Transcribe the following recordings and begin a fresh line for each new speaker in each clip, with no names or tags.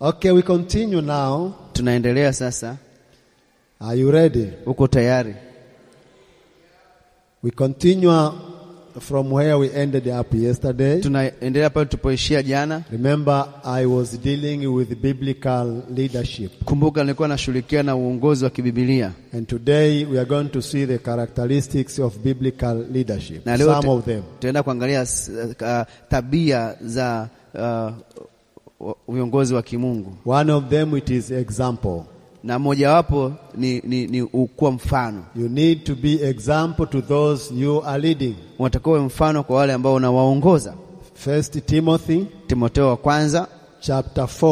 Okay, we continue now.
Tunaendelea sasa.
Are you ready?
Uko tayari?
We continue from where we ended up yesterday.
Tunaendelea pale tulipoishia jana.
Remember, I was dealing with biblical leadership.
Kumbuka nilikuwa nashughulikia na uongozi wa kibibilia
And today we are going to see the characteristics of biblical leadership,
na leo
some
tu-
of them.
tutaenda kuangalia s- uh, tabia za uh, uh, viongozi wa kimungu
One of them, it is example.
na mojawapo ni, ni, ni ukuwa mfano.
You need to be example to those you are leading.
Unatakiwa uwe mfano kwa wale ambao unawaongoza.
First Timothy
Timoteo wa kwanza
chapter 4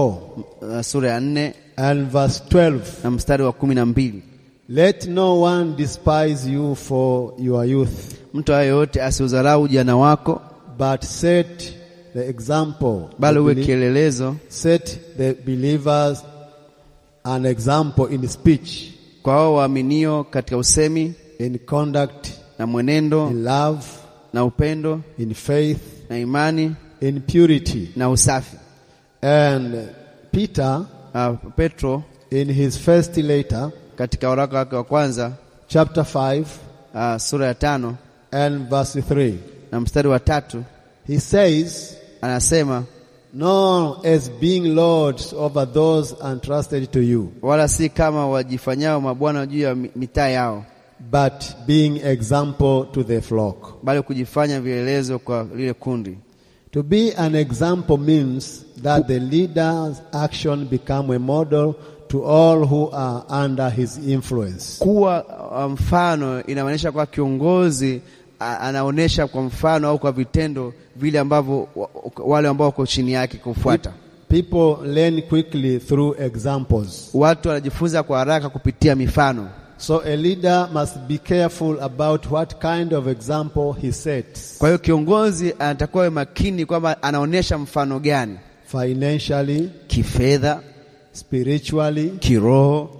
uh, sura ya nne
and verse 12.
na mstari wa kumi na mbili
Let no one despise you for your youth.
mtu aye yote asiudharau ujana wako,
but set the example.
bali uwe
The belie-
kielelezo
set the believers an example in speech,
kwa wao waaminio katika usemi
in conduct,
na mwenendo
in love,
na upendo
in faith,
na imani
in purity.
na usafi.
And Peter,
Uh, Petro
in his first letter,
katika waraka wake wa kwanza
chapter 5
uh, sura ya tano
and verse 3,
na mstari wa tatu
he says,
anasema
No, as being lords over those entrusted to you,
wala si kama wajifanyao mabwana juu ya mi- mitaa yao,
but being example to the flock.
bali kujifanya vielelezo kwa lile kundi.
To be an example means that the leader's action become a model to all who are under his influence.
Kuwa uh, mfano inamaanisha kwa kiongozi a- anaonesha kwa mfano au kwa vitendo vile ambavyo wa- wale ambao wako chini yake kufuata.
People learn quickly through examples.
Watu wanajifunza kwa haraka kupitia mifano.
So a leader must be careful about what kind of example he sets
Kwa hiyo kiongozi anatakiwa awe makini kwamba anaonesha mfano gani,
financially,
kifedha,
spiritually,
kiroho,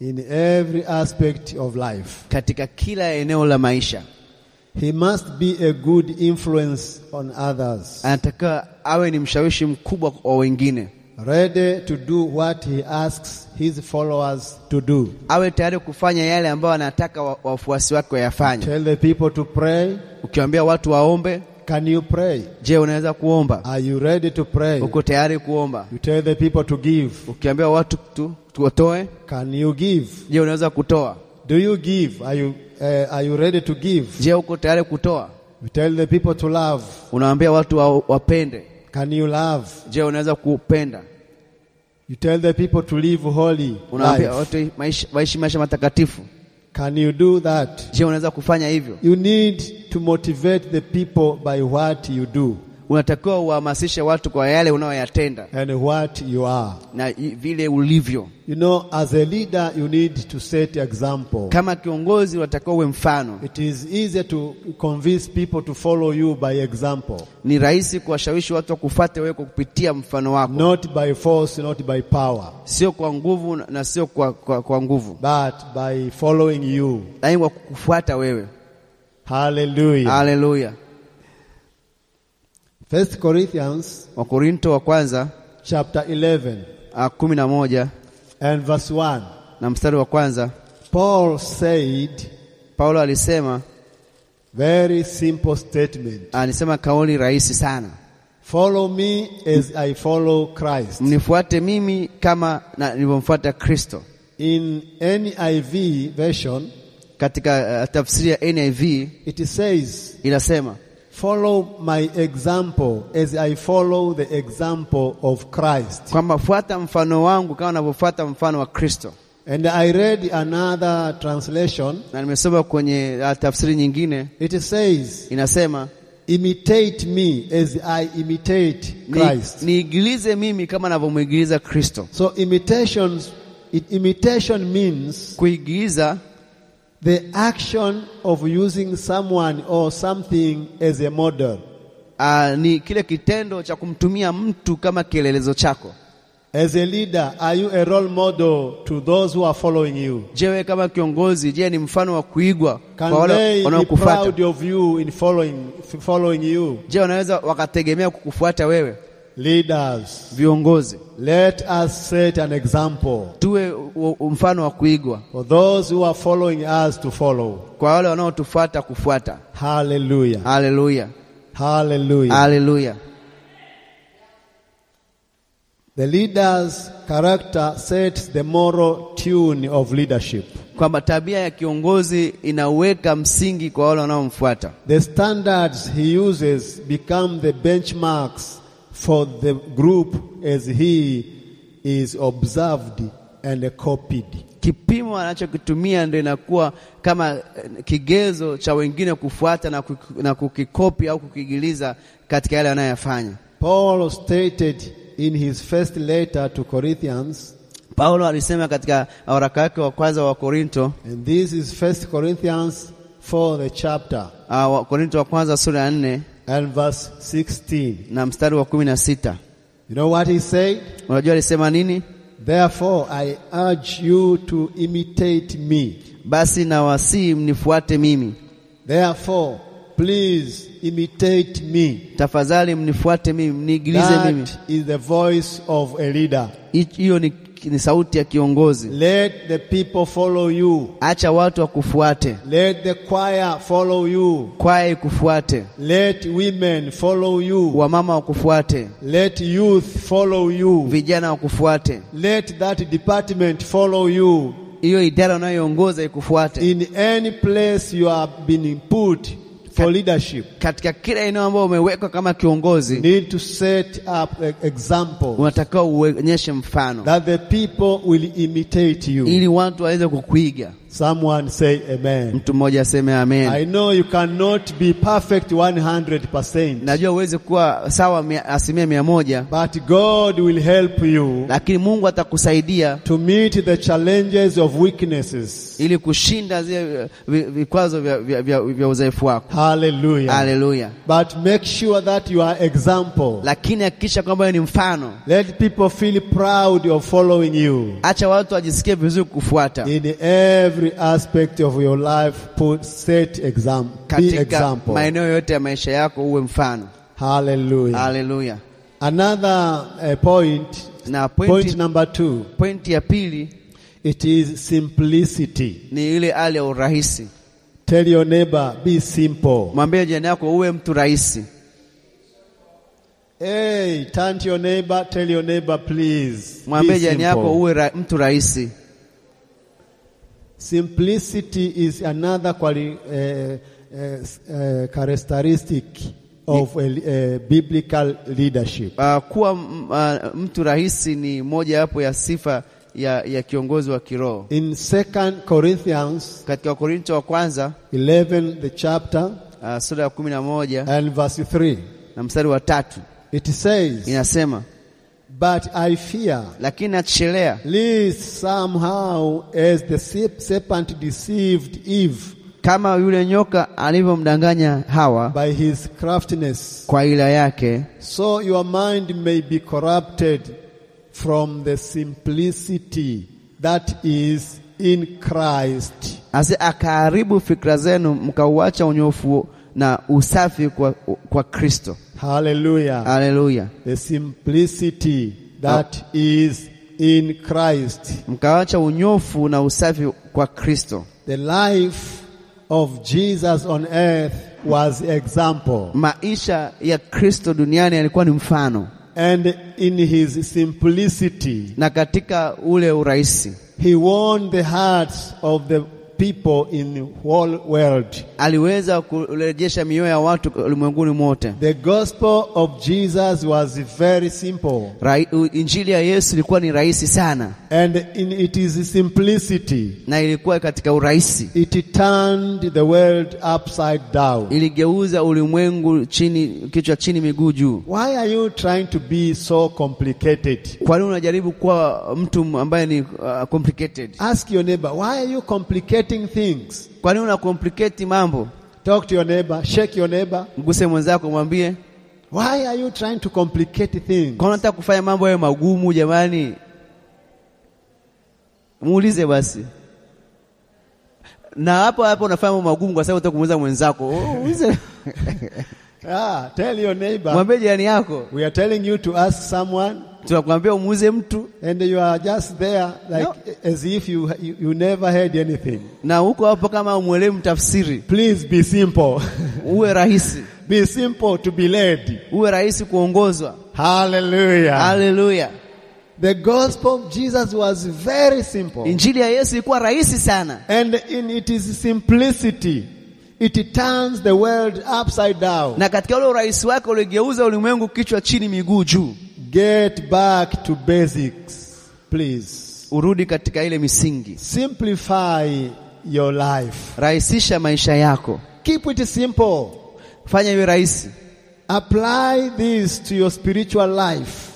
in every aspect of life.
katika kila eneo la maisha.
He must be a good influence on others,
Anatakiwa awe ni mshawishi mkubwa kwa wengine,
ready to do what he asks his followers to do.
awe tayari kufanya yale ambayo anataka wa- wafuasi wake wayafanye.
Tell the people to pray.
Ukiwaambia watu waombe,
Can you pray?
je, unaweza kuomba?
Are you ready to pray?
Uko tayari kuomba?
You tell the people to give.
Ukiwaambia watu tu, tuotoe,
Can you give?
je, unaweza kutoa?
Do you give? Are you uh, are you ready to give?
Je, uko tayari kutoa?
You tell the people to love.
Unawaambia watu wa, wapende,
Can you love?
je, unaweza kupenda?
You tell the people to live holy
unawaambia
life.
watu maisha- waishi maisha matakatifu.
Can you do that?
Je, unaweza kufanya hivyo?
You need to motivate the people by what you do
Unatakiwa uhamasishe watu kwa yale unayoyatenda
and what you are.
na i- vile ulivyo.
You know, as a leader, you need to set example.
Kama kiongozi, unatakiwa uwe mfano.
It is easier to convince people to follow you by example,
Ni rahisi kuwashawishi watu wakufuate wewe kwa kupitia mfano wako,
not by force, not by power,
sio kwa nguvu na- na sio kwa, kwa, kwa nguvu,
but by following you.
lakini kwa kukufuata wewe.
Hallelujah.
Haleluya!
First Corinthians
Wakorinto wa kwanza
chapter 11
ah, kumi na moja
and verse 1.
na mstari wa kwanza
Paul said
Paulo alisema
very simple statement.
alisema kauli rahisi sana,
Follow me as I follow Christ.
mnifuate mimi kama na- nilivyomfuata Kristo.
In NIV version,
katika uh, tafsiri ya NIV
it says,
inasema
Follow my example as I follow the example of Christ.
kwamba fuata mfano wangu kama unavyofuata mfano wa Kristo,
And I read another translation.
na nimesoma kwenye uh, tafsiri nyingine
It says,
inasema
imitate me as I imitate
"Ni-
Christ.
niigilize mimi kama navyomwigiliza Kristo.
so imitations, it, imitation means
Kuigiliza
the action of using someone or something as a model,
uh, ni kile kitendo cha kumtumia mtu kama kielelezo chako.
as a leader. Are you a role model to those who are following you?
Je, wewe kama kiongozi, je, ni mfano wa kuigwa
Can
kwa wale
they be
wanaokufuata?
proud of you in following f- following you?
Je, wanaweza wakategemea kukufuata wewe?
Leaders,
viongozi
let us set an example
tuwe u- u- mfano wa kuigwa
for those who are following us to follow.
kwa wale wanaotufuata kufuata
Hallelujah.
haleluya
Hallelujah.
haleluya
The leader's character sets the moral tune of leadership.
kwamba tabia ya kiongozi inaweka msingi kwa wale wanaomfuata
The standards he uses become the benchmarks for the group as he is observed and copied.
kipimo anachokitumia ndio inakuwa kama eh, kigezo cha wengine kufuata na, kuki, na kukikopi au kukigiliza katika yale wanayoyafanya
Paul stated in his first letter to Corinthians,
paulo alisema katika waraka wake wa kwanza wa korinto
and this is 1 Corinthians 4, the chapter,
ah, wa korinto wa kwanza sura ya nne
and verse 16.
na mstari wa kumi na sita
You know what he said?
unajua alisema nini
Therefore, I urge you to imitate me.
basi nawasii mnifuate mimi
Therefore, please imitate me.
tafadhali mnifuate mimi mniigilize mimi
That is the voice of a leader.
Hi- hiyo ni, ni sauti ya kiongozi
Let the people follow you.
acha watu wakufuate
Let the choir follow you.
kwaya ikufuate
Let women follow you.
wamama wakufuate
Let youth follow you.
vijana wakufuate
Let that department follow you.
hiyo idara unayoongoza ikufuate
In any place you are being put for leadership,
katika kila eneo ambayo umewekwa kama kiongozi
need to set up an example
unatakiwa uonyeshe mfano
that the people will imitate you.
ili watu waweze kukuiga
Someone say amen.
mtu mmoja aseme amen
I know you cannot be perfect 100%.
najua huwezi kuwa sawa mia- asilimia mia moja
But God will help you
lakini mungu atakusaidia
to meet the challenges of weaknesses.
ili kushinda zile eh, vi- vikwazo vya, vya, vya, vya uzoefu wako
Hallelujah.
haleluya
But make sure that you are example.
lakini hakikisha kwamba wewe ni mfano
Let people feel proud of following you.
acha watu wajisikie vizuri kufuata
In every aspect of your life, put set exam, be
katika
example.
maeneo yote ya maisha yako uwe mfano
Hallelujah.
haleluya
Another uh, point,
na
point
pointi,
number two,
pointi ya pili
it is simplicity.
ni ile hali ya urahisi
Tell your neighbor, be simple.
mwambie jirani yako uwe mtu rahisi
Hey, turn to your neighbor, tell your neighbor, please. be
mwambie jirani yako
simple.
uwe ra, mtu rahisi
Simplicity is another quali, uh, uh, uh, characteristic of a, uh, biblical leadership.
uh, kuwa m- uh, mtu rahisi ni moja wapo ya sifa ya, ya kiongozi wa kiroho
In 2 Corinthians
katika wakorinto wa kwanza
11, the chapter,
uh, sura ya kumi na moja
and verse 3,
na mstari wa tatu
it says,
inasema
But I fear,
lakini nachelea
lest somehow, as the sep- serpent deceived Eve
kama yule nyoka alivyomdanganya hawa
by his craftiness,
kwa ila yake
So your mind may be corrupted from the simplicity that is in Christ.
asi akaharibu fikra zenu mkauacha unyofu na usafi kwa, kwa Kristo.
Hallelujah.
Haleluya!
The simplicity that is in Christ.
Mkaacha unyofu na usafi kwa Kristo.
The life of Jesus on earth was example.
Maisha ya Kristo duniani yalikuwa ni mfano,
And in his simplicity,
na katika ule urahisi
he won the hearts of the people in the whole world.
aliweza kurejesha mioyo ya watu ulimwenguni mote.
The gospel of Jesus was very simple,
Rai, u- injili ya Yesu ilikuwa ni rahisi sana,
and in it is simplicity.
na ilikuwa katika urahisi,
It turned the world upside down.
iligeuza ulimwengu chini, kichwa chini, miguu juu.
Why are you trying to be so complicated?
kwa nini unajaribu kuwa mtu ambaye ni uh, complicated?
Ask your neighbor, why are you complicating things?
Kwa nini una complicate mambo?
Talk to your neighbor, shake your neighbor.
Mguse mwenzako mwambie,
Why are you trying to complicate things?
kwa nini unataka kufanya mambo yawe magumu jamani? Muulize basi. Na hapo hapo unafanya mambo magumu kwa sababu unataka kumuuliza mwenzako. Oh, Uulize.
Ah, tell your neighbor.
mwambie jirani yako
We are telling you to ask someone,
tunakwambia umuuze mtu
and you are just there like
No.
as if you, you you never heard anything.
na huko hapo kama umwelewi mtafsiri
Please be simple.
uwe rahisi
be simple to be led.
uwe rahisi kuongozwa
Hallelujah.
haleluya
the gospel of Jesus was very simple.
injili ya yesu ilikuwa rahisi sana
and in its simplicity, it turns the world upside down.
na katika ule urahisi wake uligeuza ulimwengu kichwa chini miguu juu
Get back to basics, please.
urudi katika ile misingi
Simplify your life.
rahisisha maisha yako
Keep it simple.
fanya iwe rahisi
Apply this to your spiritual life.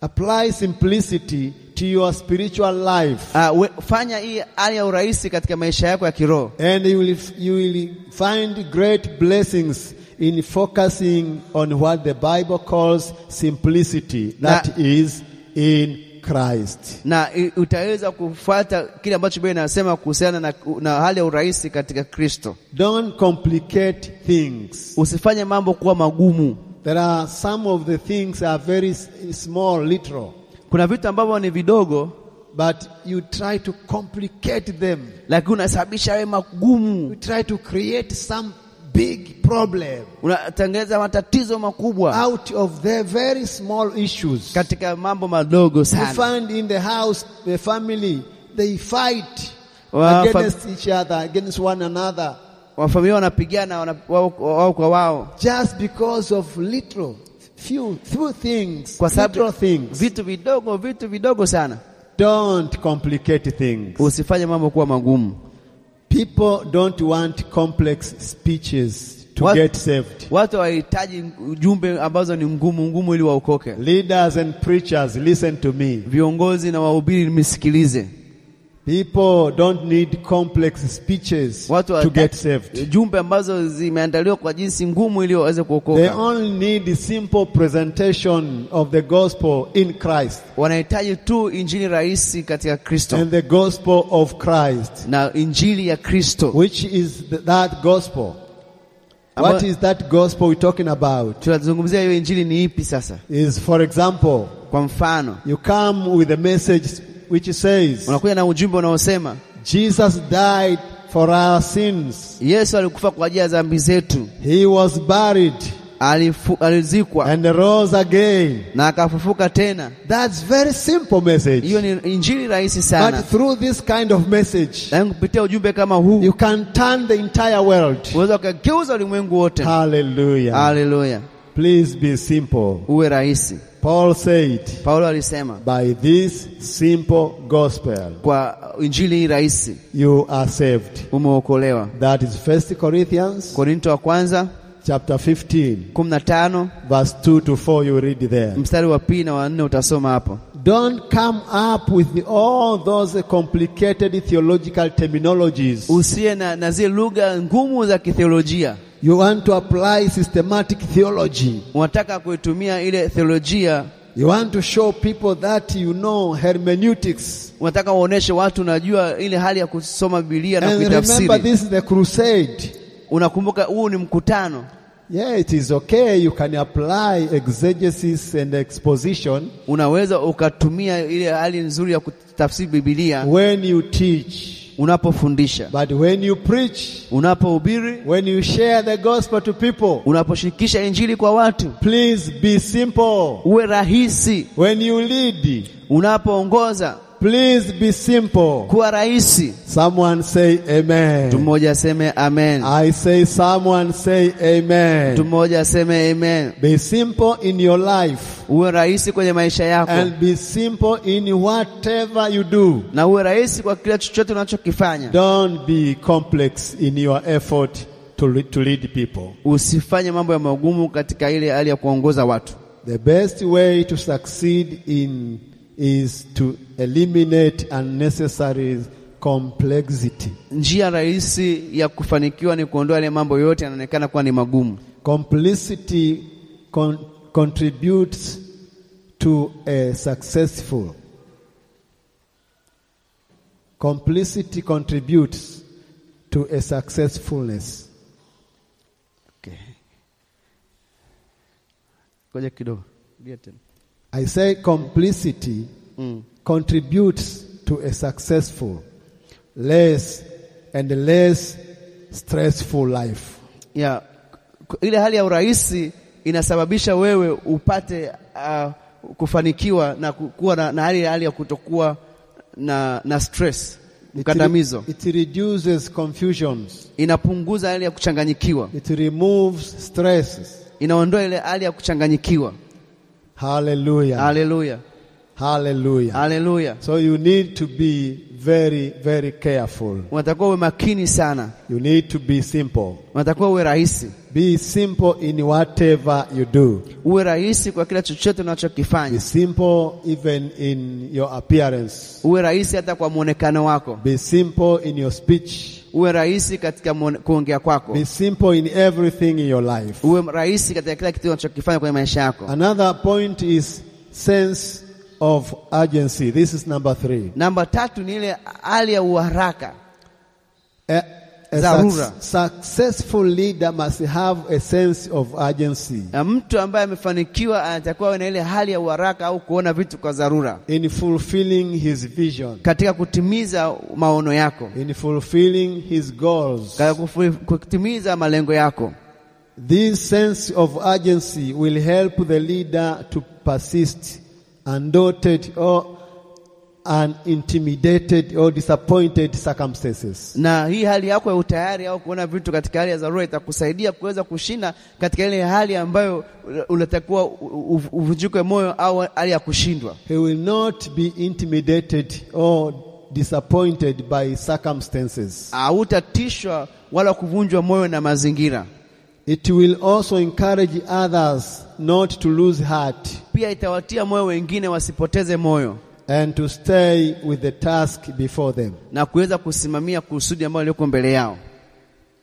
Apply simplicity to your spiritual life.
uh, we, fanya hii hali ya urahisi katika maisha yako ya kiroho
And you will, you will find great blessings in focusing on what the Bible calls simplicity, that is in Christ.
na i- utaweza kufuata kile ambacho Biblia inasema kuhusiana na, na hali ya urahisi katika Kristo.
Don't complicate things.
Usifanye mambo kuwa magumu.
There are some of the things are very s- small, literal,
Kuna vitu ambavyo ni vidogo,
but you try to complicate them.
lakini unasababisha yawe
You
magumu,
try to create some big problem
unatengeneza matatizo makubwa
out of the very small issues.
katika mambo madogo
You
sana.
find in the house, the family, they fight
Wa-
against each other, against one another,
Wafamilia wanapigana wana- wao wao kwa wao
just because of little, few, few things,
kwa
little
sababu
things.
vitu vidogo, vitu vidogo sana.
Don't complicate things.
Usifanye mambo kuwa magumu.
People don't want complex speeches to
What-
get saved.
Watu hawahitaji ujumbe ambazo ni ngumu ngumu ili waokoke.
Leaders and preachers, listen to me.
Viongozi na wahubiri nimesikilize.
People don't need complex speeches
Watu
to
hawataki
get saved.
Jumbe ambazo zimeandaliwa kwa jinsi ngumu ili waweze
They
kuokoka.
only need simple presentation of the gospel in Christ
Wanahitaji tu injili rahisi katika Kristo
and the gospel of Christ.
na injili ya Kristo.
Which is th- that gospel?
Amba-
What is that gospel we're talking about?
Tunazungumzia hiyo injili ni ipi sasa?
Is, for example,
Kwa mfano,
you come with a message which says,
unakuja na ujumbe unaosema
Jesus died for our sins.
Yesu alikufa kwa ajili ya dhambi zetu,
He was buried
alifu, alizikwa
and rose again.
na akafufuka tena.
That's very simple
Hiyo
message.
ni injili rahisi
But
sana,
through this kind of message,
lakini kupitia ujumbe kama huu
you can turn the entire world.
uweza ukageuza ulimwengu wote.
Hallelujah.
Haleluya,
Please be simple.
uwe rahisi.
Paul said,
Paulo alisema
by this simple gospel,
kwa injili hii rahisi
you are saved.
umeokolewa.
That is First Corinthians
Korinto wa kwanza
chapter 15,
15
verse 2 to 4. You read there.
mstari wa pili na wa nne utasoma hapo.
Don't come up with all those complicated theological terminologies.
Usiye na, na zile lugha ngumu za kitheolojia,
You want to apply systematic theology.
unataka kuitumia ile theolojia,
You want to show people that you know hermeneutics.
unataka uoneshe watu unajua ile hali ya kusoma Biblia na
And remember,
kuitafsiri.
this is the crusade.
Unakumbuka huu ni mkutano,
Yeah, it is okay. You can apply exegesis and exposition
unaweza ukatumia ile hali nzuri ya kutafsiri Biblia
when you teach.
unapofundisha,
But when you preach,
unapohubiri,
when you share the gospel to people,
unaposhirikisha injili kwa watu,
please be simple.
uwe rahisi
When you lead,
unapoongoza
please be simple.
kuwa rahisi.
Someone say
Mtu
amen.
mmoja aseme amen,
I say someone say
mtu
amen.
mmoja aseme amen.
Be simple in your life
Uwe rahisi kwenye maisha yako
and be simple in whatever you do.
na uwe rahisi kwa kila chochote unachokifanya.
Don't be complex in your effort to, le- to lead people.
Usifanye mambo ya magumu katika ile hali ya kuongoza watu.
The best way to succeed in is to eliminate unnecessary complexity.
Njia rahisi ya kufanikiwa ni kuondoa yale mambo yote yanaonekana kuwa ni magumu.
Complicity con- contributes to a successful. Complicity contributes to a successfulness.
Okay. Ngoja kidogo. Rudia tena.
I say complicity
Mm.
contributes to a successful, less and less stressful life.
ya ku- ile hali ya urahisi inasababisha wewe upate uh, kufanikiwa na ku- kuwa na, na hali hali ya kutokuwa na, na stress
It,
mkandamizo.
it reduces confusions.
Inapunguza hali ya kuchanganyikiwa,
It removes stresses.
inaondoa ile hali ya kuchanganyikiwa.
Hallelujah.
Haleluya,
Hallelujah.
haleluya!
So you need to be very, very careful.
Unatakiwa uwe makini sana,
You need to be simple.
unatakiwa uwe rahisi,
Be simple in whatever you do.
uwe rahisi kwa kila chochote
Be
unachokifanya,
simple even in your appearance.
uwe rahisi hata kwa mwonekano wako,
Be simple in your speech.
uwe rahisi katika mwone- kuongea kwako,
Be simple in everything in your life.
uwe rahisi katika kila kitu unachokifanya kwenye maisha yako.
Another point is sense of urgency. This is number three.
Namba tatu ni ile hali ya uharaka.
A, a
Dharura.
suc- successful leader must have a sense of urgency
Na mtu ambaye amefanikiwa anatakiwa awe na ile hali ya uharaka au kuona vitu kwa dharura
in fulfilling his vision,
katika kutimiza maono yako,
in fulfilling his goals.
katika kufu- kutimiza malengo yako.
This sense of urgency will help the leader to persist undaunted or unintimidated or disappointed circumstances.
Na hii hali yako ya utayari au kuona vitu katika hali ya dharura itakusaidia kuweza kushinda katika ile hali ambayo unatakiwa u- u- uvunjike moyo au hali ya kushindwa.
He will not be intimidated or disappointed by circumstances.
Hautatishwa wala kuvunjwa moyo na mazingira.
It will also encourage others not to lose heart
Pia itawatia moyo wengine wasipoteze moyo.
and to stay with the task before them.
na kuweza kusimamia kusudi ambalo liko mbele yao.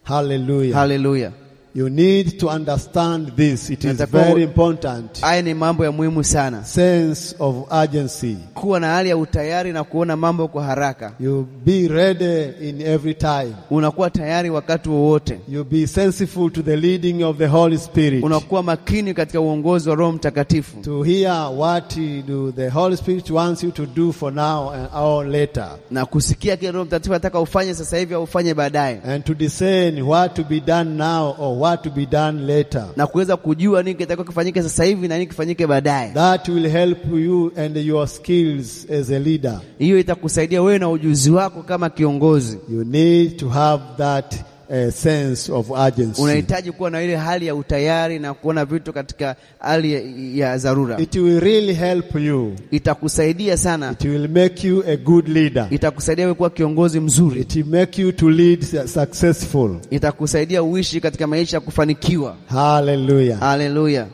Hallelujah.
Haleluya!
You need to understand this. It is
Nataka-
very important.
Haya ni mambo ya muhimu sana,
sense of urgency.
kuwa na hali ya utayari na kuona mambo kwa haraka.
You be ready in every time.
Unakuwa tayari wakati wowote,
You be sensible to the leading of the Holy Spirit.
unakuwa makini katika uongozi wa Roho Mtakatifu,
To hear what do the Holy Spirit wants you to do for now and or later.
na kusikia kile Roho Mtakatifu anataka ufanye sasa hivi au ufanye baadaye,
And to discern what to be done now or what to be done later.
na kuweza kujua nini kitakiwa kifanyike sasa hivi na nini kifanyike baadaye.
That will help you and your skills as a leader.
Hiyo itakusaidia wewe na ujuzi wako kama kiongozi.
You need to have that uh, sense of urgency.
Unahitaji kuwa na ile hali ya utayari na kuona vitu katika hali ya- ya dharura.
It will really help you.
Itakusaidia sana
It will make you a good leader.
itakusaidia wewe kuwa kiongozi mzuri,
It will make you to lead su- successful.
itakusaidia uishi katika maisha ya kufanikiwa. Ah.
Hallelujah.
Haleluya!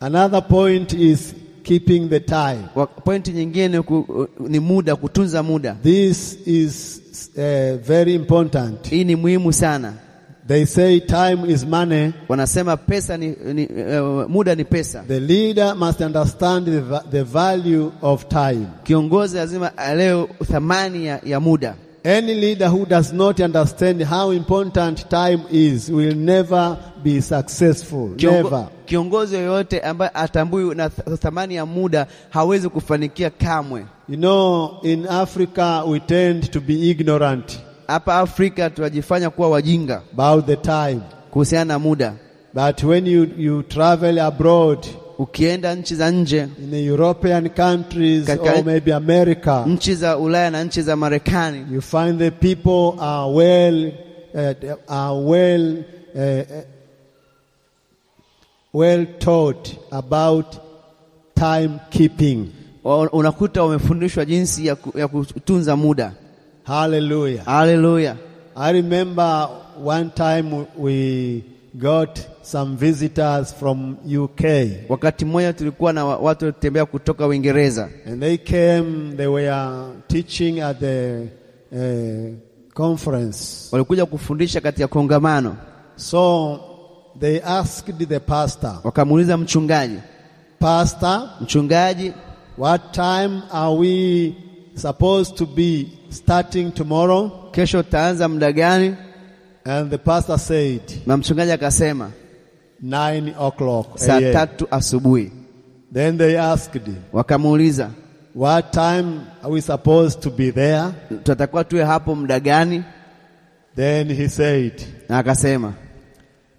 Another point is keeping the time.
Wa- Pointi nyingine ku, uh, ni muda, kutunza muda.
This is uh, very important.
Hii ni muhimu sana.
They say time is money.
Wanasema pesa ni, ni uh, muda ni pesa.
The leader must understand the, va- the value of time.
Kiongozi lazima aelewe thamani ya, ya muda.
Any leader who does not understand how important time is will never be successful. Never.
kiongozi yoyote ambaye atambui na th- thamani ya muda hawezi kufanikia kamwe.
You know, in Africa, we tend to be ignorant
Hapa Afrika tunajifanya kuwa wajinga
about the time.
kuhusiana na muda.
But when you, you travel abroad
Ukienda nchi za nje
in the European countries
Katika-
or maybe America,
nchi za Ulaya na nchi za Marekani
you find the people are well, uh, are well, uh, uh, well taught about timekeeping.
wa- unakuta wamefundishwa jinsi ya, ku, ya kutunza muda.
Hallelujah.
Haleluya!
I remember one time we got some visitors from UK.
Wakati mmoja tulikuwa na wa- watu walitembea kutoka Uingereza
And they came, they were teaching at the uh, conference.
walikuja kufundisha katika kongamano,
So they asked the pastor,
wakamuuliza mchungaji,
Pastor,
mchungaji,
what time are we supposed to be starting tomorrow?
kesho utaanza muda gani?
And the pastor said,
Na mchungaji akasema
nine o'clock.
saa
a.m.
tatu asubuhi
Then they asked,
wakamuuliza
What time are we supposed to be there?
tutakuwa tuwe hapo muda gani
Then he said,
na akasema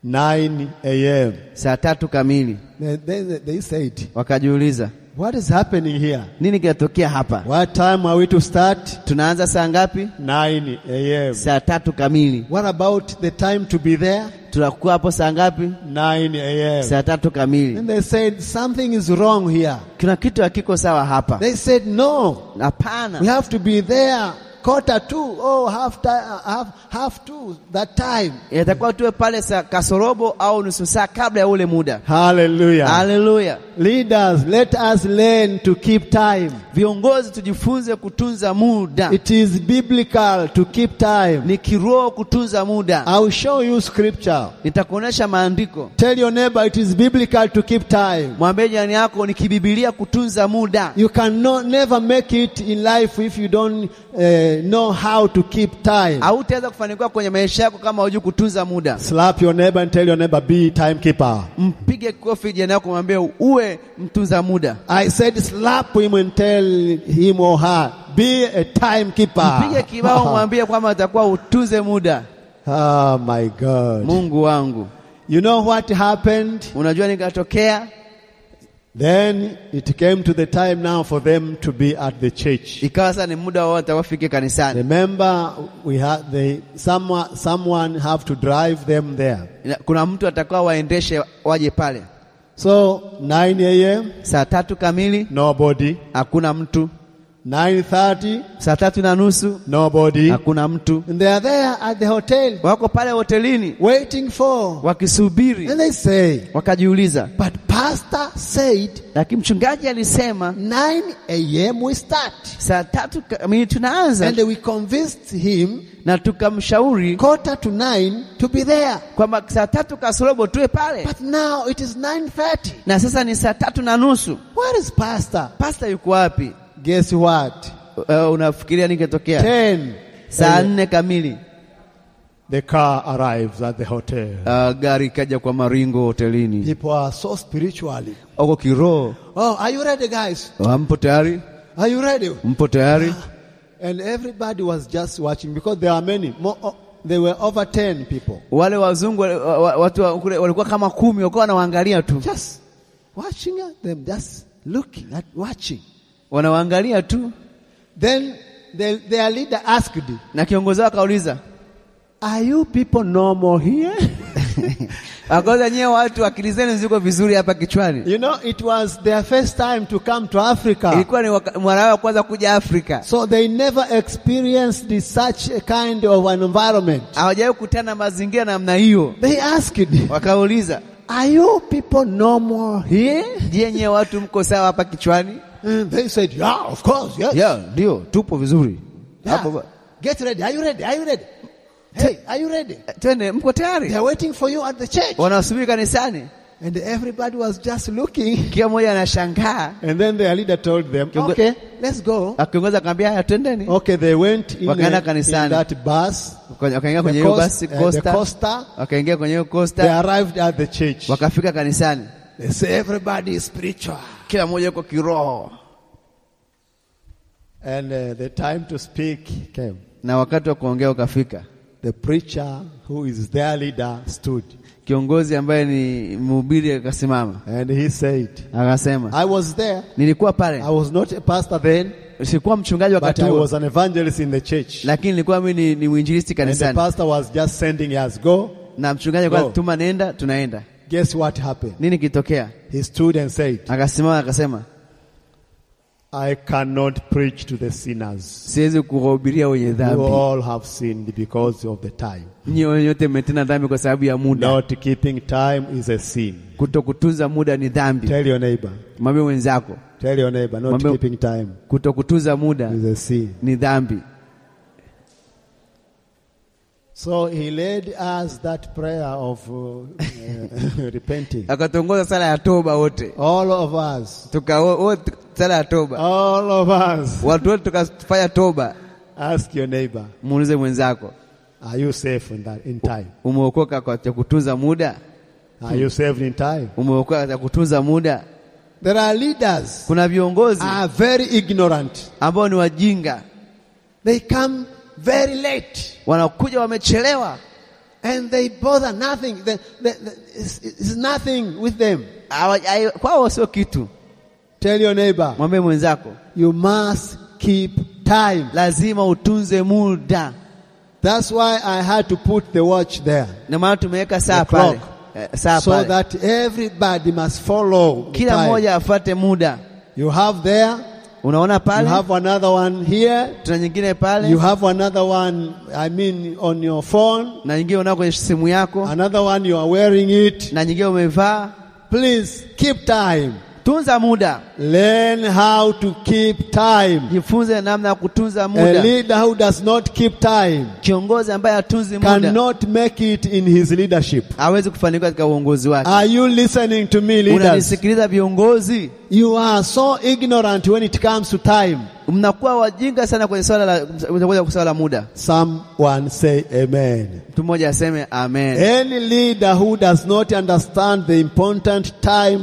9 a.m.
saa tatu kamili
Then then they said,
wakajiuliza
What is happening here?
nini kinatokea hapa
What time are we to start?
tunaanza saa ngapi
9 a.m.
saa tatu kamili
What about the time to be there?
tunakuwa hapo saa ngapi
9 a.m.
saa tatu
Then
kamili
they said, Something is wrong here.
kuna kitu hakiko sawa hapa
They said, No, we
hapana
have to be there quarter two, oh, half, ti- uh, half, half two, that time.
inatakuwa tuwe pale saa kasorobo au nusu saa kabla ya ule muda
Hallelujah.
haleluya
Leaders, let us learn to keep time.
viongozi tujifunze kutunza muda
It is biblical to keep time.
ni kiroho kutunza muda
I'll show you scripture.
nitakuonesha maandiko
Tell your neighbor it is biblical to keep time.
mwambie jirani yako ni kibibilia kutunza muda
You can no, never make it in life if you don't uh, know how to keep time.
hautaweza kufanikiwa kwenye maisha yako kama hujui kutunza muda
Slap your neighbor and tell your neighbor, be timekeeper.
mpige kofi jirani yako mwambie uwe mtunza muda
I said, slap him and tell him or her, be a
mpige kibao
timekeeper.
mwambie kwamba atakuwa utunze muda
oh my God.
mungu wangu
You know what happened?
unajua nikatokea
Then it came to the time now for them to be at the church.
ikawa sasa ni muda wao watawafike kanisani
Remember, we had they someone someone have to drive them there.
Na- kuna mtu atakuwa waendeshe waje pale
So 9 a.m.
saa tatu kamili
nobody,
hakuna mtu
9:30
saa tatu na nusu
nobody,
hakuna mtu
and they are there at the hotel
wako pale hotelini
waiting for.
wakisubiri
And they say,
wakajiuliza
but pastor said
lakini mchungaji alisema
9 a.m. we start,
saa tatu kamili tunaanza
and we convinced him
na tukamshauri
quarter to nine to be there.
kwamba saa tatu kasorobo tuwe pale
But now it is 9:30.
na sasa ni saa tatu na nusu
Where is pastor?
pasta yuko wapi
Guess what?
uh, unafikiria ningetokea
10.
saa nne kamili
The car arrives at the hotel.
uh, gari ikaja kwa maringo hotelini
People are so spiritually.
uko kiroho
Oh, are you ready, guys?
Ah, mpo tayari
Are you ready?
mpo tayari
And everybody was just watching because there are many. More, oh, there were over 10 people.
wale wazungu wale- wa- wa- watu wa kule walikuwa kama kumi walikuwa wanawaangalia tu
Just watching at them, just looking at watching.
wanawaangalia tu
Then the, their leader asked,
na kiongozi wao akauliza
Are you people normal here?
akauza nyewe watu akili zenu ziko vizuri hapa kichwani
you know, it was their first time to come to Africa.
ilikuwa ni waka- mara yao ya kwanza kuja afrika
So they never experienced such a kind of an environment.
hawajawahi kutana mazingira namna hiyo
They asked,
wakauliza
Are you people normal here?
je nyewe watu mko sawa hapa kichwani
And they said, Yeah, of course, yes.
yeah, ndio tupo vizuri
Yeah.
Hapo ba-
Get ready. Are you ready? Are you ready? Hey, are you ready?
Eh, twende mko tayari
They're waiting for you at the church.
wanasubiri kanisani
And everybody was just looking.
kila mmoja anashangaa
And then their leader told them, Uh,
Kiongo-
Okay, let's go.
akiongoza akaambia haya twendeni
Okay, they went in, a, in
Wakaenda kanisani.
that bus,
Waka- wakaingia
the,
Oh, kwenye hiyo
coast,
basi
uh, the
costa
coaster.
wakaingia kwenye hiyo
They
costa
arrived at the church.
wakafika kanisani
They say, Everybody is spiritual.
kila mmoja yuko kiroho
And uh, the time to speak came.
na wakati wa kuongea ukafika
The preacher, who is their leader, stood
kiongozi ambaye ni mhubiri akasimama
and he said,
akasema
I was there.
nilikuwa pale
I was not a pastor then,
sikuwa mchungaji
but
wakati
I
huo
was an evangelist in the church.
lakini nilikuwa mimi ni, ni mwinjilisti
And the
kanisani
pastor was just sending us, Go.
na mchungaji kwa
Go.
tuma nenda tunaenda
Guess what happened?
nini kitokea
He stood and said,
akasimama akasema
I cannot preach to the sinners.
siwezi kuwahubiria wenye
You
dhambi
all have sinned because of the time.
nyinyi wenyote mmetenda dhambi kwa sababu ya muda
Not keeping time is a sin.
kutokutunza muda ni dhambi
Tell your neighbor.
mwambie wenzako
Tell your neighbor, not
Mwambie-
keeping time
kutokutunza muda
is a sin.
ni dhambi
So he led us that prayer of uh, uh, repenting.
akatongoza sala ya toba wote
All of us,
tuka wo- wote sala ya toba
all of us.
watu wote tukafanya toba
Ask your neighbor,
muulize mwenzako
are you safe in that in time?
umeokoka kwa cha kutunza muda
Are you saved in time?
umeokoa katika kutunza muda.
There are leaders
Kuna viongozi
are very ignorant.
ambao ni wajinga,
They come very late
wanakuja wamechelewa,
and they bother nothing. They, they, they, it's, it's nothing with them.
Hawa- hai- kwao sio kitu.
Tell your neighbor,
Mwambie mwenzako
you must keep time.
lazima utunze muda.
That's why I had to put the watch there.
Ndio maana tumeweka saa
The
pale,
clock.
Eh, saa
so
pale,
that everybody must follow the
kila
time.
mmoja afuate muda.
You have there,
Unaona
you
pale,
have another one here,
tuna nyingine
you
pale
have another one, I mean, on your phone,
na nyingine unao kwenye simu yako
another one you are wearing it.
na nyingine umevaa.
Please keep time.
Tunza muda,
Learn how to keep time.
jifunze namna ya kutunza
A
muda.
leader who does not keep time
Kiongozi ambaye hatunzi muda
cannot make it in his leadership.
hawezi kufanikiwa katika uongozi wake.
Are you listening to me, leaders?
Unanisikiliza viongozi,
You are so ignorant when it comes to time.
mnakuwa wajinga sana kwenye swala la kwenye swala la muda.
Someone say amen.
Mtu mmoja aseme amen.
Any leader who does not understand the important time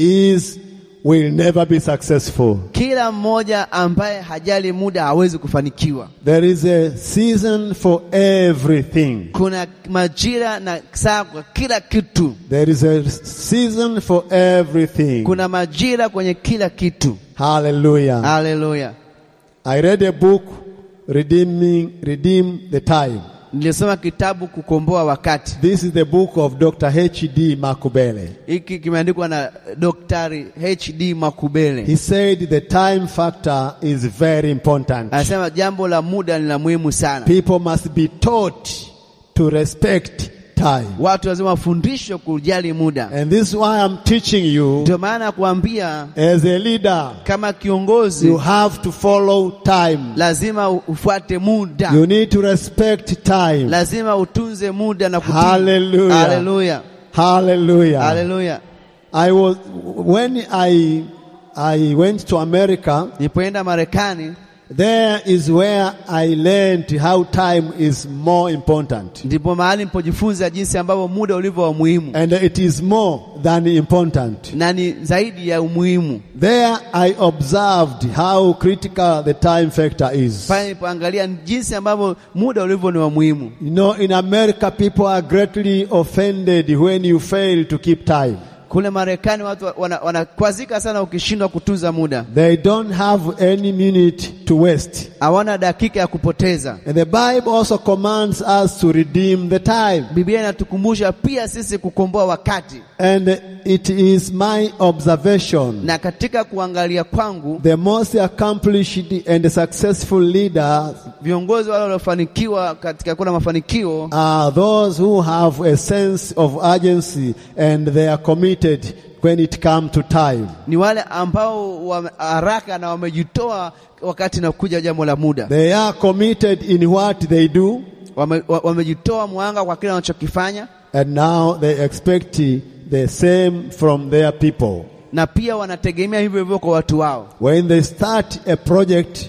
is will never be successful.
Kila mmoja ambaye hajali muda hawezi kufanikiwa.
There is a season for everything.
Kuna majira na saa kwa kila kitu,
There is a season for everything.
kuna Ah. majira kwenye kila kitu.
Hallelujah.
Haleluya!
I read a book redeeming redeem the time.
Nilisoma kitabu kukomboa wakati.
This is the book of Dr. H.D. Makubele.
Hiki kimeandikwa na Daktari HD Makubele.
He said the time factor is very important.
Anasema jambo la muda ni la muhimu sana.
People must be taught to respect time.
Watu lazima wafundishwe kujali muda.
And this is why I'm teaching you
Ndio maana kuambia
as a leader,
kama
you
kiongozi
have to follow time.
lazima u- ufuate muda,
You need to respect time.
lazima utunze muda na kutii.
Hallelujah.
Hallelujah.
Hallelujah.
Hallelujah.
I was when I I went to America,
Nilipoenda Marekani
there is where I learned how time is more important.
ndipo mahali nilipojifunza jinsi ambavyo muda ulivyo wa muhimu
And it is more than important.
na ni zaidi ya umuhimu.
There I observed how critical the time factor is.
Pale nilipoangalia jinsi ambavyo muda ulivyo ni wa muhimu.
You know, in America, people are greatly offended when you fail to keep time.
Kule Marekani watu wanakwazika wana wanakwazika sana ukishindwa kutunza muda,
They don't have any minute to waste.
hawana dakika ya kupoteza.
And the Bible also commands us to redeem the time.
Biblia inatukumbusha pia sisi kukomboa wakati,
And it is my observation
na katika kuangalia kwangu
the most accomplished and successful leaders
viongozi wale waliofanikiwa katika kuwa na mafanikio
are those who have a sense of urgency and they are committed when it comes to time.
ni wale ambao wa haraka na wamejitoa wakati na kuja jambo la muda,
They are committed in what they do,
wame, wa- wamejitoa mwanga kwa kile wanachokifanya,
and now they expect the same from their people.
na pia wanategemea hivyo hivyo kwa watu wao.
When they start a project,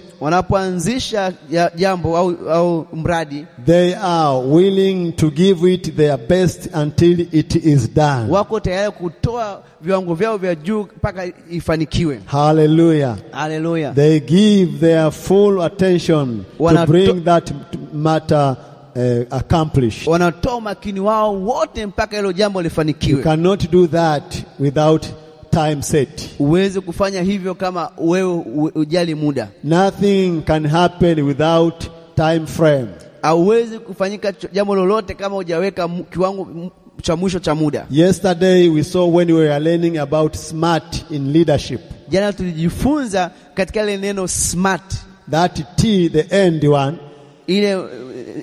Wanapoanzisha ya- jambo au, au mradi
they are willing to give it their best until it is done.
wako tayari kutoa viwango vyao vya juu mpaka ifanikiwe.
Hallelujah.
Haleluya!
They give their full attention to
Wanato-
bring that matter uh, accomplished.
Wanatoa umakini wao wote mpaka hilo jambo
You
lifanikiwe.
cannot do that without time set.
Huwezi kufanya hivyo kama wewe u- ujali muda.
Nothing can happen without time frame.
Hauwezi kufanyika cho- jambo lolote kama hujaweka mu- kiwango mu- cha mwisho cha muda.
Yesterday we saw when we were learning about smart in leadership.
Jana tulijifunza katika ile neno smart,
That T, the end one,
ile eh,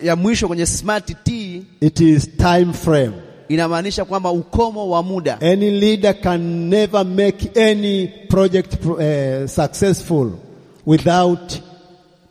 ya mwisho kwenye smart T
it is time frame.
inamaanisha kwamba ukomo wa muda.
Any leader can never make any project uh, successful without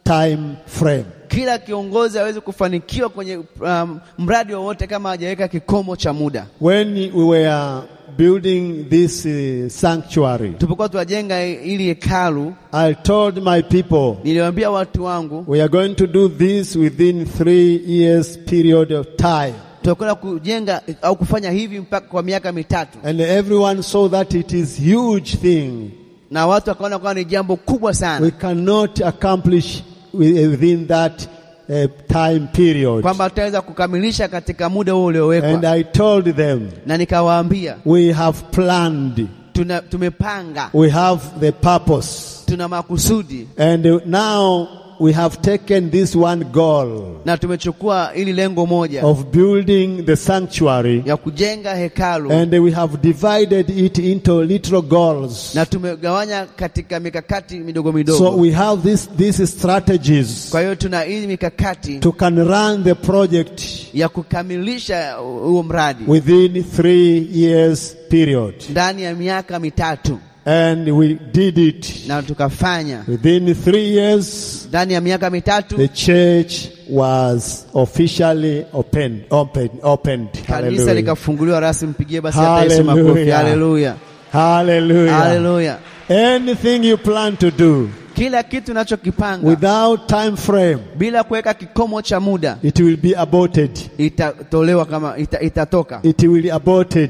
time frame.
Kila kiongozi aweze kufanikiwa kwenye um, mradi wowote kama hajaweka kikomo cha muda.
When we were building this uh, sanctuary,
Tulipokuwa tunajenga ili hekalu,
I told my people
niliwaambia watu wangu
We are going to do this within three years period of time.
tutakwenda kujenga au kufanya hivi mpaka kwa miaka mitatu,
And everyone saw that it is huge thing.
na watu wakaona kwamba ni jambo kubwa
We
sana,
cannot accomplish wi- within that uh, time period.
kwamba tutaweza kukamilisha katika muda huo
And
uliowekwa.
I told them,
Na nikawaambia
we have planned,
tuna, tumepanga,
we have the purpose.
tuna makusudi
And uh, now we have taken this one goal
na tumechukua ili lengo moja
of building the sanctuary
ya kujenga hekalu,
and we have divided it into little goals.
na tumegawanya katika mikakati midogo
So
midogo.
we have this, these strategies
Kwa hiyo tuna hii mikakati
to can run the project
ya kukamilisha huo mradi
within three years period.
ndani ya miaka mitatu,
And we did it.
na tukafanya
Within three years,
ndani ya miaka
the
mitatu
church was officially opened. opened, opened.
kanisa
Hallelujah.
likafunguliwa rasmi. Mpigie basi hata Yesu makofi.
Hallelujah.
Haleluya,
Hallelujah.
haleluya.
Anything you plan to do
Kila kitu nachokipanga
without time frame,
bila kuweka kikomo cha muda
it will be aborted.
itatolewa kama ita, itatoka
It will aborted.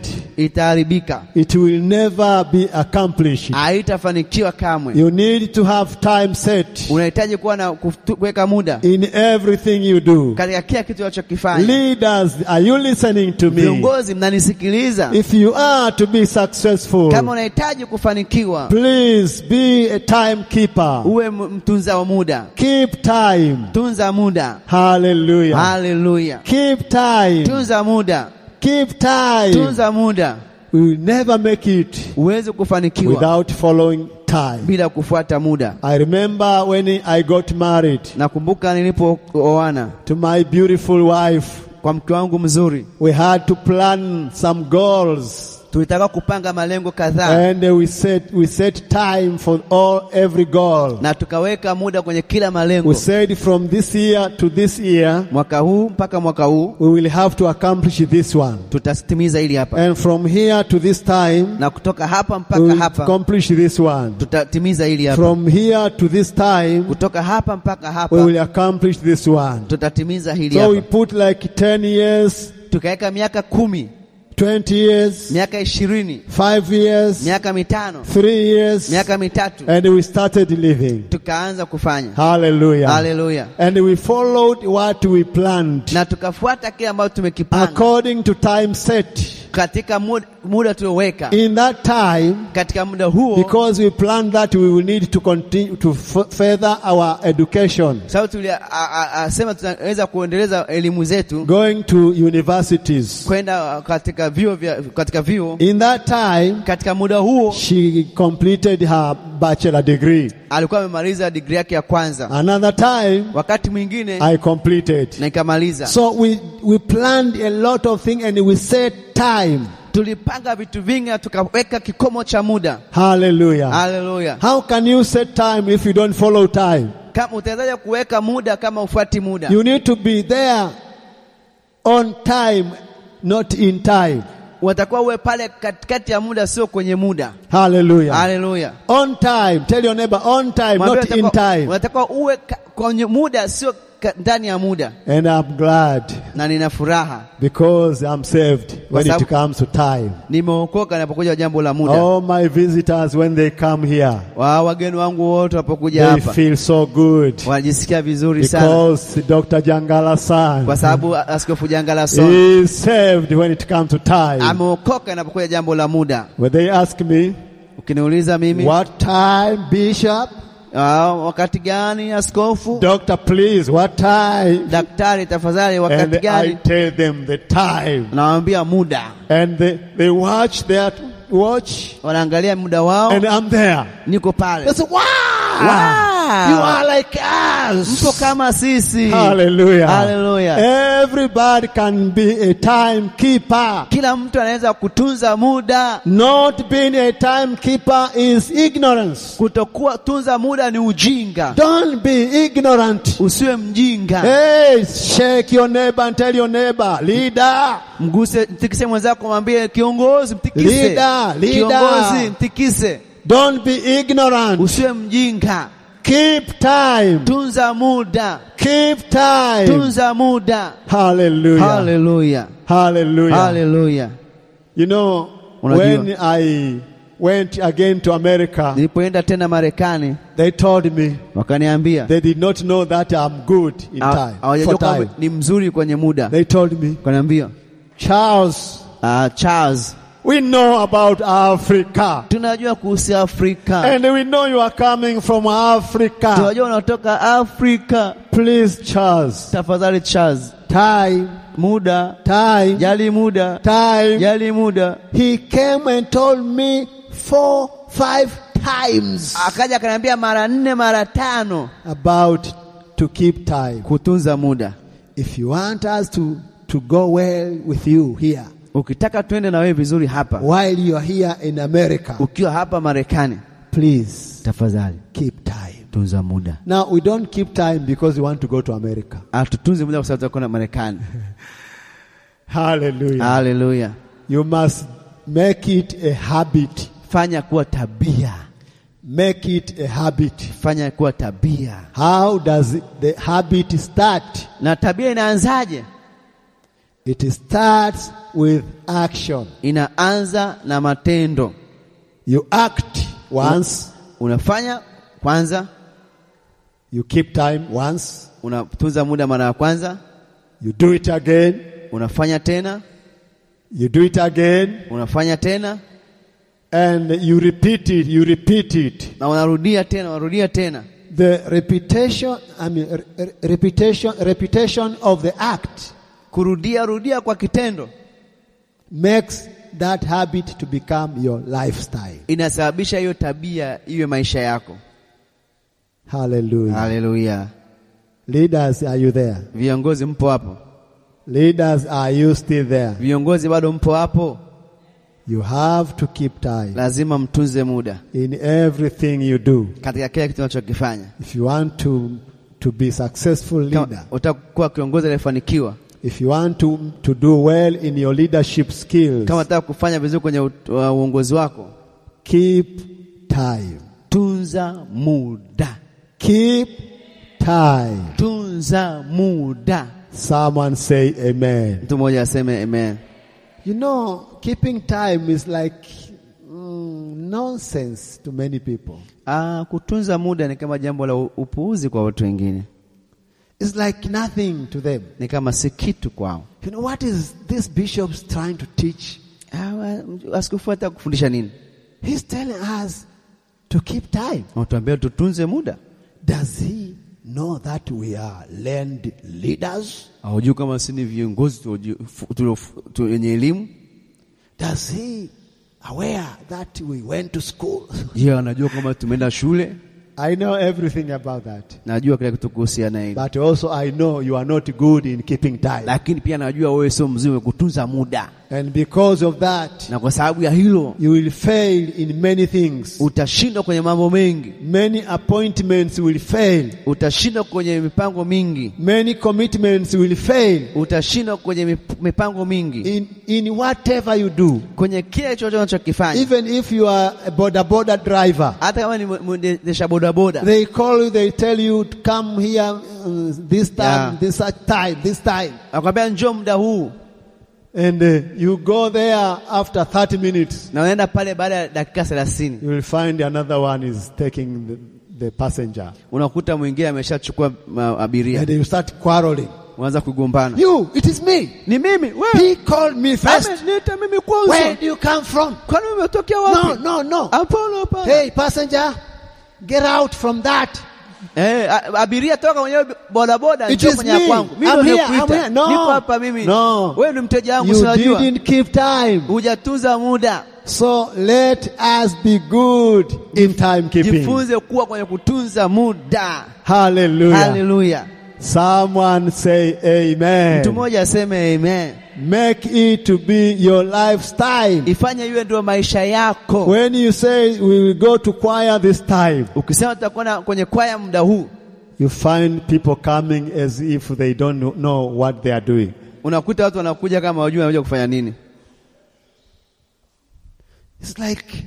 itaharibika,
It will never be accomplished.
haitafanikiwa kamwe.
You need to have time set
Unahitaji kuwa na kutu- kuweka muda
in everything you do.
katika kila kitu unachokifanya.
Leaders, are you listening to me?
Viongozi, mnanisikiliza?
If you are to be successful,
Kama unahitaji kufanikiwa,
please be a timekeeper.
uwe m- mtunza wa muda,
Keep time.
tunza muda.
Hallelujah.
Haleluya,
Keep time.
tunza muda,
Keep time.
tunza muda,
We will never make it
uweze kufanikiwa
without following time.
bila kufuata muda.
I remember when I got married
Nakumbuka nilipooana
to my beautiful wife,
kwa mke wangu mzuri,
we had to plan some goals.
tulitaka kupanga malengo kadhaa
And we set we set time for all every goal.
na tukaweka muda kwenye kila malengo.
We said from this year to this year
Mwaka huu mpaka mwaka huu
we will have to accomplish this one.
tutatimiza hili hapa,
And from here to this time
na kutoka hapa
Eh. we
mpaka
will
hapa
accomplish this one.
tutatimiza hili hapa,
From here to this time
kutoka hapa mpaka
we
hapa
will accomplish this one.
tutatimiza hili
So we
hapa.
put like 10 years,
Tukaweka miaka kumi,
20 years,
miaka ishirini,
5 years,
miaka mitano,
3 years
miaka mitatu,
and we started living.
tukaanza kufanya.
Hallelujah.
Haleluya!
And we followed what we planned.
na tukafuata kile ambacho tumekipanga
according to time set.
katika muda, muda tulioweka.
In that time,
Katika muda huo,
because we planned that we will need to continue to f- further our education,
sababu tuliasema tunaweza kuendeleza elimu zetu
going to universities.
kwenda katika vyuo vya katika vyuo.
In that time,
Katika muda huo
she completed her bachelor degree.
alikuwa amemaliza digrii yake ya kwanza,
Another time,
wakati mwingine
I completed.
na ikamaliza.
So we, we planned a lot of things and we set time.
Tulipanga vitu vingi na tukaweka kikomo cha muda.
Hallelujah.
Haleluya!
How can you set time if you don't follow time?
Kama utawezaje kuweka muda kama ufuati muda?
You need to be there on time, not in time.
Watakuwa uwe pale katikati ya muda, sio kwenye muda.
Hallelujah.
Haleluya!
on time. Tell your neighbor, on time,
Mwambie
not in
watakuwa-
time.
Watakuwa uwe ka- kwenye muda, sio ka- ndani ya muda.
And I'm glad
Na nina furaha
because I'm saved when it
sababu-
comes to time.
nimeokoka napokuja jambo la muda.
All my visitors, when they come here,
Wa wageni wangu wote wanapokuja
they
hapa
feel so good
wanajisikia vizuri sana,
because Dr. Jangala
kwa
san
sababu Askofu Jangalason
is saved when it comes to time.
ameokoka inapokuja jambo la muda.
When they ask me,
Ukiniuliza mimi
what time, Bishop?
ah, wakati gani askofu,
Doctor, please, what time?
daktari tafadhali, wakati
And I
gani?
tell them the time.
Nawaambia muda,
And they, they watch that watch,
wanaangalia muda wao,
and I'm there.
niko pale.
Oh. They say, wow,
Wow.
you are like us.
Mko kama sisi.
Hallelujah.
Hallelujah.
Everybody can be a timekeeper.
Kila mtu anaweza kutunza muda.
Not being a timekeeper is ignorance.
Kutokuwa tunza muda ni ujinga.
Don't be ignorant.
Usiwe mjinga.
Hey, shake your neighbor and tell your neighbor, leader,
Mguse, mtikise mwenzako, mwambie kiongozi, mtikise
Leader, leader.
kiongozi, mtikise.
don't be ignorant.
Usiwe mjinga,
Keep time.
tunza muda,
Keep time.
tunza muda.
Hallelujah.
Haleluya!
Hallelujah.
haleluya
You know,
Unajua.
when I went again to America,
nilipoenda tena marekani
they told me
wakaniambia
they did not know that I'm good in
ha-
time.
Ah, hawajajua
For
kwamba
time.
ni mzuri kwenye muda
They told me,
wakaniambia
Charles,
ah, charles
we know about Africa.
tunajua kuhusu afrika
And we know you are coming from Africa.
tunajua unatoka afrika
Please, Charles.
tafadhali charles
Time,
muda
time,
jali muda
time.
jali muda
He came and told me four, five times
akaja akaniambia mara nne mara tano
about to keep time.
kutunza muda
If you want us to, to go well with you here,
ukitaka twende na wewe vizuri hapa
while you are here in America,
ukiwa hapa marekani
please
tafadhali
keep time.
tunza muda
Now, we don't keep time because we want to go to America.
atutunze muda kwa sababu tutakwenda marekani
Hallelujah.
haleluya
Ah, You must make it a habit.
fanya kuwa tabia
Make it a habit.
fanya kuwa tabia
How does the habit start?
na tabia inaanzaje
It starts with action.
inaanza na matendo
You act once,
unafanya kwanza
you keep time once,
unatunza muda mara ya kwanza
you do it again,
unafanya tena
you do it again,
unafanya tena
and you repeat it, you repeat it.
na unarudia tena unarudia tena
The reputation, I mean, re- re- reputation, reputation of the act
kurudia rudia kwa kitendo
makes that habit to become your lifestyle.
inasababisha hiyo tabia iwe maisha yako
Hallelujah.
haleluya
Leaders, are you there?
viongozi mpo hapo
Leaders, are you still there?
viongozi bado mpo hapo
You have to keep time
lazima mtunze muda
in everything you do.
katika kila kitu unachokifanya
If you want to, to be successful leader,
Kama utakuwa kiongozi aliyefanikiwa
if you want to, to do well in your leadership skills,
kama unataka kufanya vizuri kwenye ut- wa- uongozi wako
keep time.
tunza muda
Keep time.
tunza muda
Someone say amen.
mtu mmoja aseme amen
You know, keeping time is like mm, nonsense to many people.
Aa, Ah, kutunza muda ni kama jambo la u- upuuzi kwa watu wengine
It's like nothing to them.
ni kama si kitu kwao
You know, what is this bishop trying to teach?
Hawa- askofu hata kufundisha nini
He's telling us to keep time.
Anatuambia tutunze muda.
Does he know that we are learned leaders?
Hawajui kama si ni viongozi tulioji- fu- tuliof- tu- wenye elimu.
Does he aware that we went to school?
Je, anajua kama tumeenda shule?
I know everything about that.
Najua kila kitu kuhusiana hili,
But also I know you are not good in keeping time.
lakini pia najua wewe sio mzuri wa kutunza muda,
And because of that,
na kwa sababu ya hilo
you will fail in many things.
utashindwa kwenye mambo mengi,
Many appointments will fail.
utashindwa kwenye mipango mingi,
Many commitments will fail
utashindwa kwenye mip- mipango mingi,
in, in whatever you do.
kwenye kile chochote unachokifanya.
Even if you are a boda boda driver,
Hata kama ni mwe- mwendesha bodaboda,
they call you, they tell you to come here uh, this time,
Yeah.
this such time, this time.
akwambia njoo muda huu,
And uh, you go there after 30 minutes,
na unaenda pale baada ya dakika 30
you will find another one is taking the, the passenger.
unakuta mwingine ameshachukua ma- abiria
And you start quarreling.
unaanza kugombana
You, it is me.
ni mimi wewe
He called me first.
ameniita mimi
Where
kwanza
do you come from?
kwani umetokea
No,
wapi
no, no.
hapana hapana
Hey, passenger, get out from that.
eh a- abiria toka mwenyewe bi- bodaboda
It
njoo
is
kwenye ya
me.
kwangu mimi
I'm
ndo
here, I'm
nilikuita
here. No.
niko hapa mimi
No.
wewe ni mteja wangu
You
sinajua
didn't keep time.
hujatunza muda
So let us be good in timekeeping.
jifunze kuwa kwenye kutunza muda
Hallelujah.
haleluya
Someone say
mtu
amen.
mmoja aseme amen
Make it to be your lifestyle.
ifanye iwe ndio maisha yako
When you say we will go to choir this time,
ukisema tutakwenda kwenye kwaya muda huu
you find people coming as if they don't kno- know what they are doing.
unakuta watu wanakuja kama wajua wanakuja kufanya nini
It's like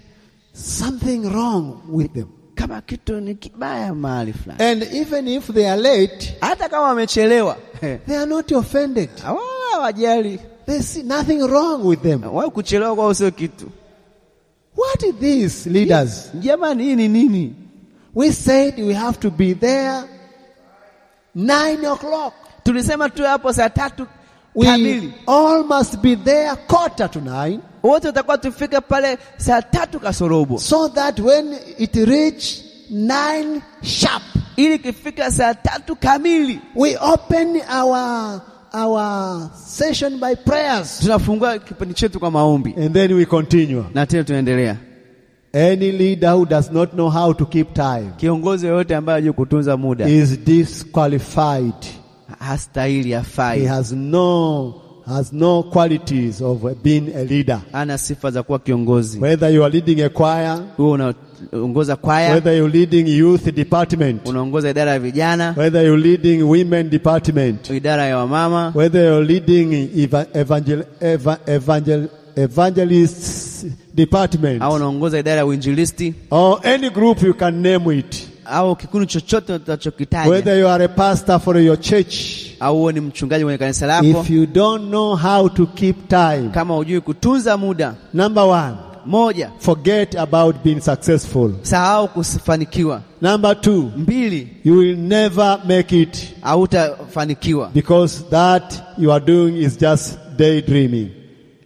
something wrong with them.
kama kitu ni kibaya mahali fulani
And even if they are late,
hata kama wamechelewa
they are not offended.
wala wajali
They see nothing wrong with them.
wao kuchelewa kwao sio kitu
What is this, leaders?
jamani hii ni nini
We said we have to be there nine o'clock.
tulisema tuwe hapo saa tatu
We
kamili
all must be there quarter to nine,
wote tutakuwa tufike pale saa tatu kasorobo
so that when it reach nine sharp,
ili ikifika saa tatu kamili
we open our our session by prayers,
tunafungua kipindi chetu kwa maombi
and then we continue.
na tena tunaendelea
Any leader who does not know how to keep time
kiongozi yoyote ambaye ajue kutunza muda
is disqualified.
hastahili
He
afai
has no has no qualities of being a leader.
ana sifa za kuwa kiongozi
Whether you are leading a choir,
huwe unaongoza kwaya
whether you're leading youth department,
unaongoza idara ya vijana
whether you're leading women department,
idara ya wamama
whether you're leading eva- evangel, eva, evangel, evangelists
au
department,
unaongoza idara ya uinjilisti
or any group you can name it.
au kikundi chochote utachokitaja
Whether you are a pastor for your church,
au huwe ni mchungaji kwenye kanisa lako
if you don't know how to keep time,
kama hujui kutunza muda
number one,
moja
forget about being successful.
sahau kufanikiwa
Number two,
mbili
you will never make it
hautafanikiwa
because that you are doing is just daydreaming.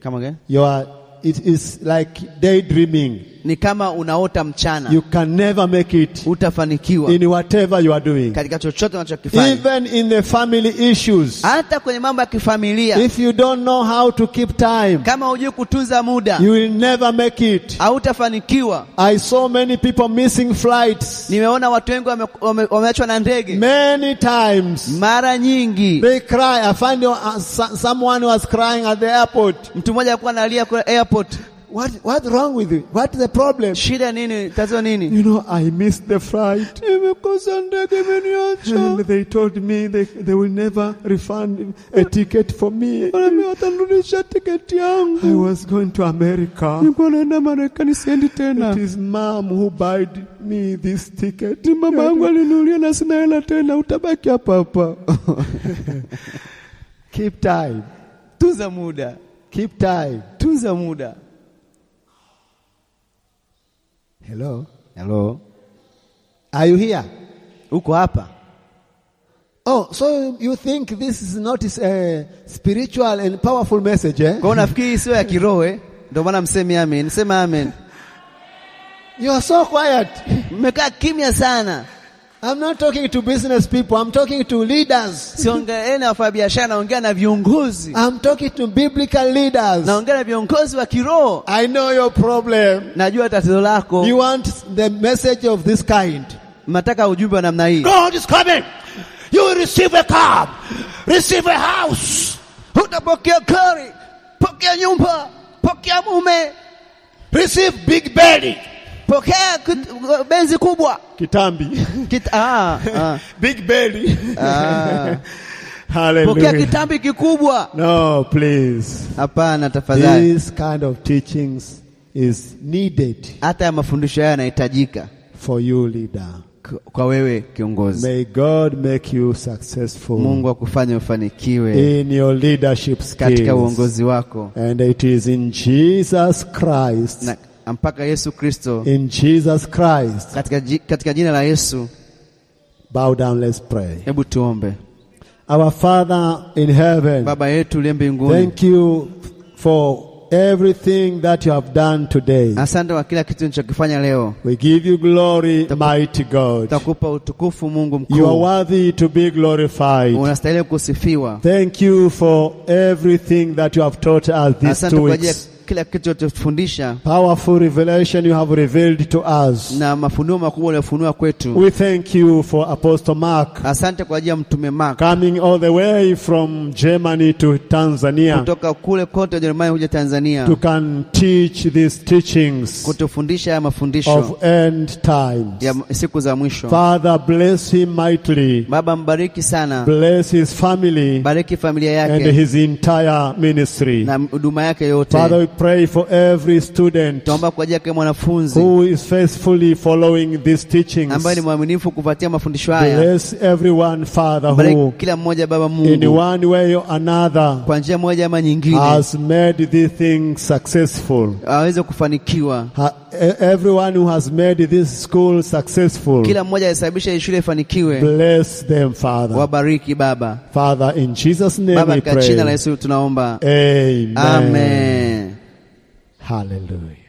kama gani
You are, it is like daydreaming.
ni kama unaota mchana
You can never make it
utafanikiwa
in whatever Ah. you are doing.
katika chochote unachokifanya
Even in the family issues,
hata kwenye mambo ya kifamilia
if you don't know how to keep time,
kama hujui kutunza muda
you will never make it.
hautafanikiwa
I saw many people missing flights
nimeona watu wengi wame- wame- wameachwa na ndege
many times.
mara nyingi
They cry. I find uh, so- someone was crying at the airport.
mtu mmoja alikuwa analia kule airport
What what's wrong with you? What's the problem?
shida nini tatizo nini
You know, I missed the flight.
nimekosa ndege
And
imeniacha
they told me they, they will never refund a ticket for me.
Wanaambia watanirudisha tiketi yangu
I was going to America.
nilikuwa naenda Marekani siendi
It
tena
is mom who bought me this ticket.
ni mama yangu alinunulia na sina hela tena utabaki hapa hapa
Keep time.
tunza muda
Keep time.
tunza muda
Hello.
hello
Are you here?
uko hapa
Oh, so you think this is not a spiritual and powerful message, eh?
kwa hiyo nafikiri hii sio ya kiroho eh? ndio maana msemi amen sema amen
You are so quiet.
mmekaa kimya sana
I'm not talking to business people. I'm talking to leaders.
siongelee na wafanyabiashara naongea na viongozi
I'm talking to biblical leaders.
naongea na viongozi wa kiroho
I know your problem.
najua tatizo lako
You want the message of this kind.
mnataka ujumbe wa namna hii
God is coming. You will receive a car. Receive a house.
utapokea gari pokea nyumba pokea mume
Receive big belly.
pokea kut- benzi kubwa
Kitambi.
Kita, ah, ah.
big belly.
Ah. pokea
Hallelujah.
kitambi kikubwa
No, please.
hapana tafadhali
This kind of teachings is needed
hata ya mafundisho hayo yanahitajika
for you, leader.
k- kwa wewe kiongozi
May God make you successful.
mungu akufanye ufanikiwe
in your leadership
katika
skills.
uongozi wako
And it is in Jesus Christ,
na mpaka yesu kristo
in Jesus Christ.
katika, ji- katika jina la yesu
Bow down, let's pray.
hebu tuombe
Our Father in heaven,
baba yetu uliye mbinguni
thank you for everything that you have done today.
asante kwa kila kitu nilichokifanya leo
We give you glory, mighty God.
takupa utukufu mungu
You are
mkuu
worthy to be glorified.
unastahili kusifiwa
Thank you for everything that you have taught us these
asante
two
kwa ajili ya
weeks.
kila kitu ulichotufundisha
Powerful revelation you have revealed to us.
na mafunuo makubwa uliofunua kwetu
We thank you for Apostle Mark.
asante kwa ajili ya mtume Mark
coming all the way from Germany to Tanzania
kutoka kule kote Ujerumani huja
to
Tanzania
can teach these teachings
kutufundisha haya mafundisho
of end times.
ya m- siku za mwisho
Father, bless him mightily.
baba mbariki sana
Bless his family
bariki familia
and
yake
his entire ministry.
na huduma yake
Father,
yote
we pray for every student
tunaomba kwa ajili ya kila mwanafunzi
who is faithfully following these teachings.
ambaye ni mwaminifu kufuatia mafundisho haya
Bless everyone, Father, who
bariki kila mmoja baba
in
mungu
one way or another
kwa njia moja ama nyingine
has made this thing successful.
aweze kufanikiwa
Ha- e- Everyone who has made this school successful,
kila mmoja aisababisha hii shule ifanikiwe
bless them, Father.
wabariki baba
Father, in Jesus' name
baba
we
katika jina la
pray.
yesu tunaomba
Amen.
amen
Hallelujah.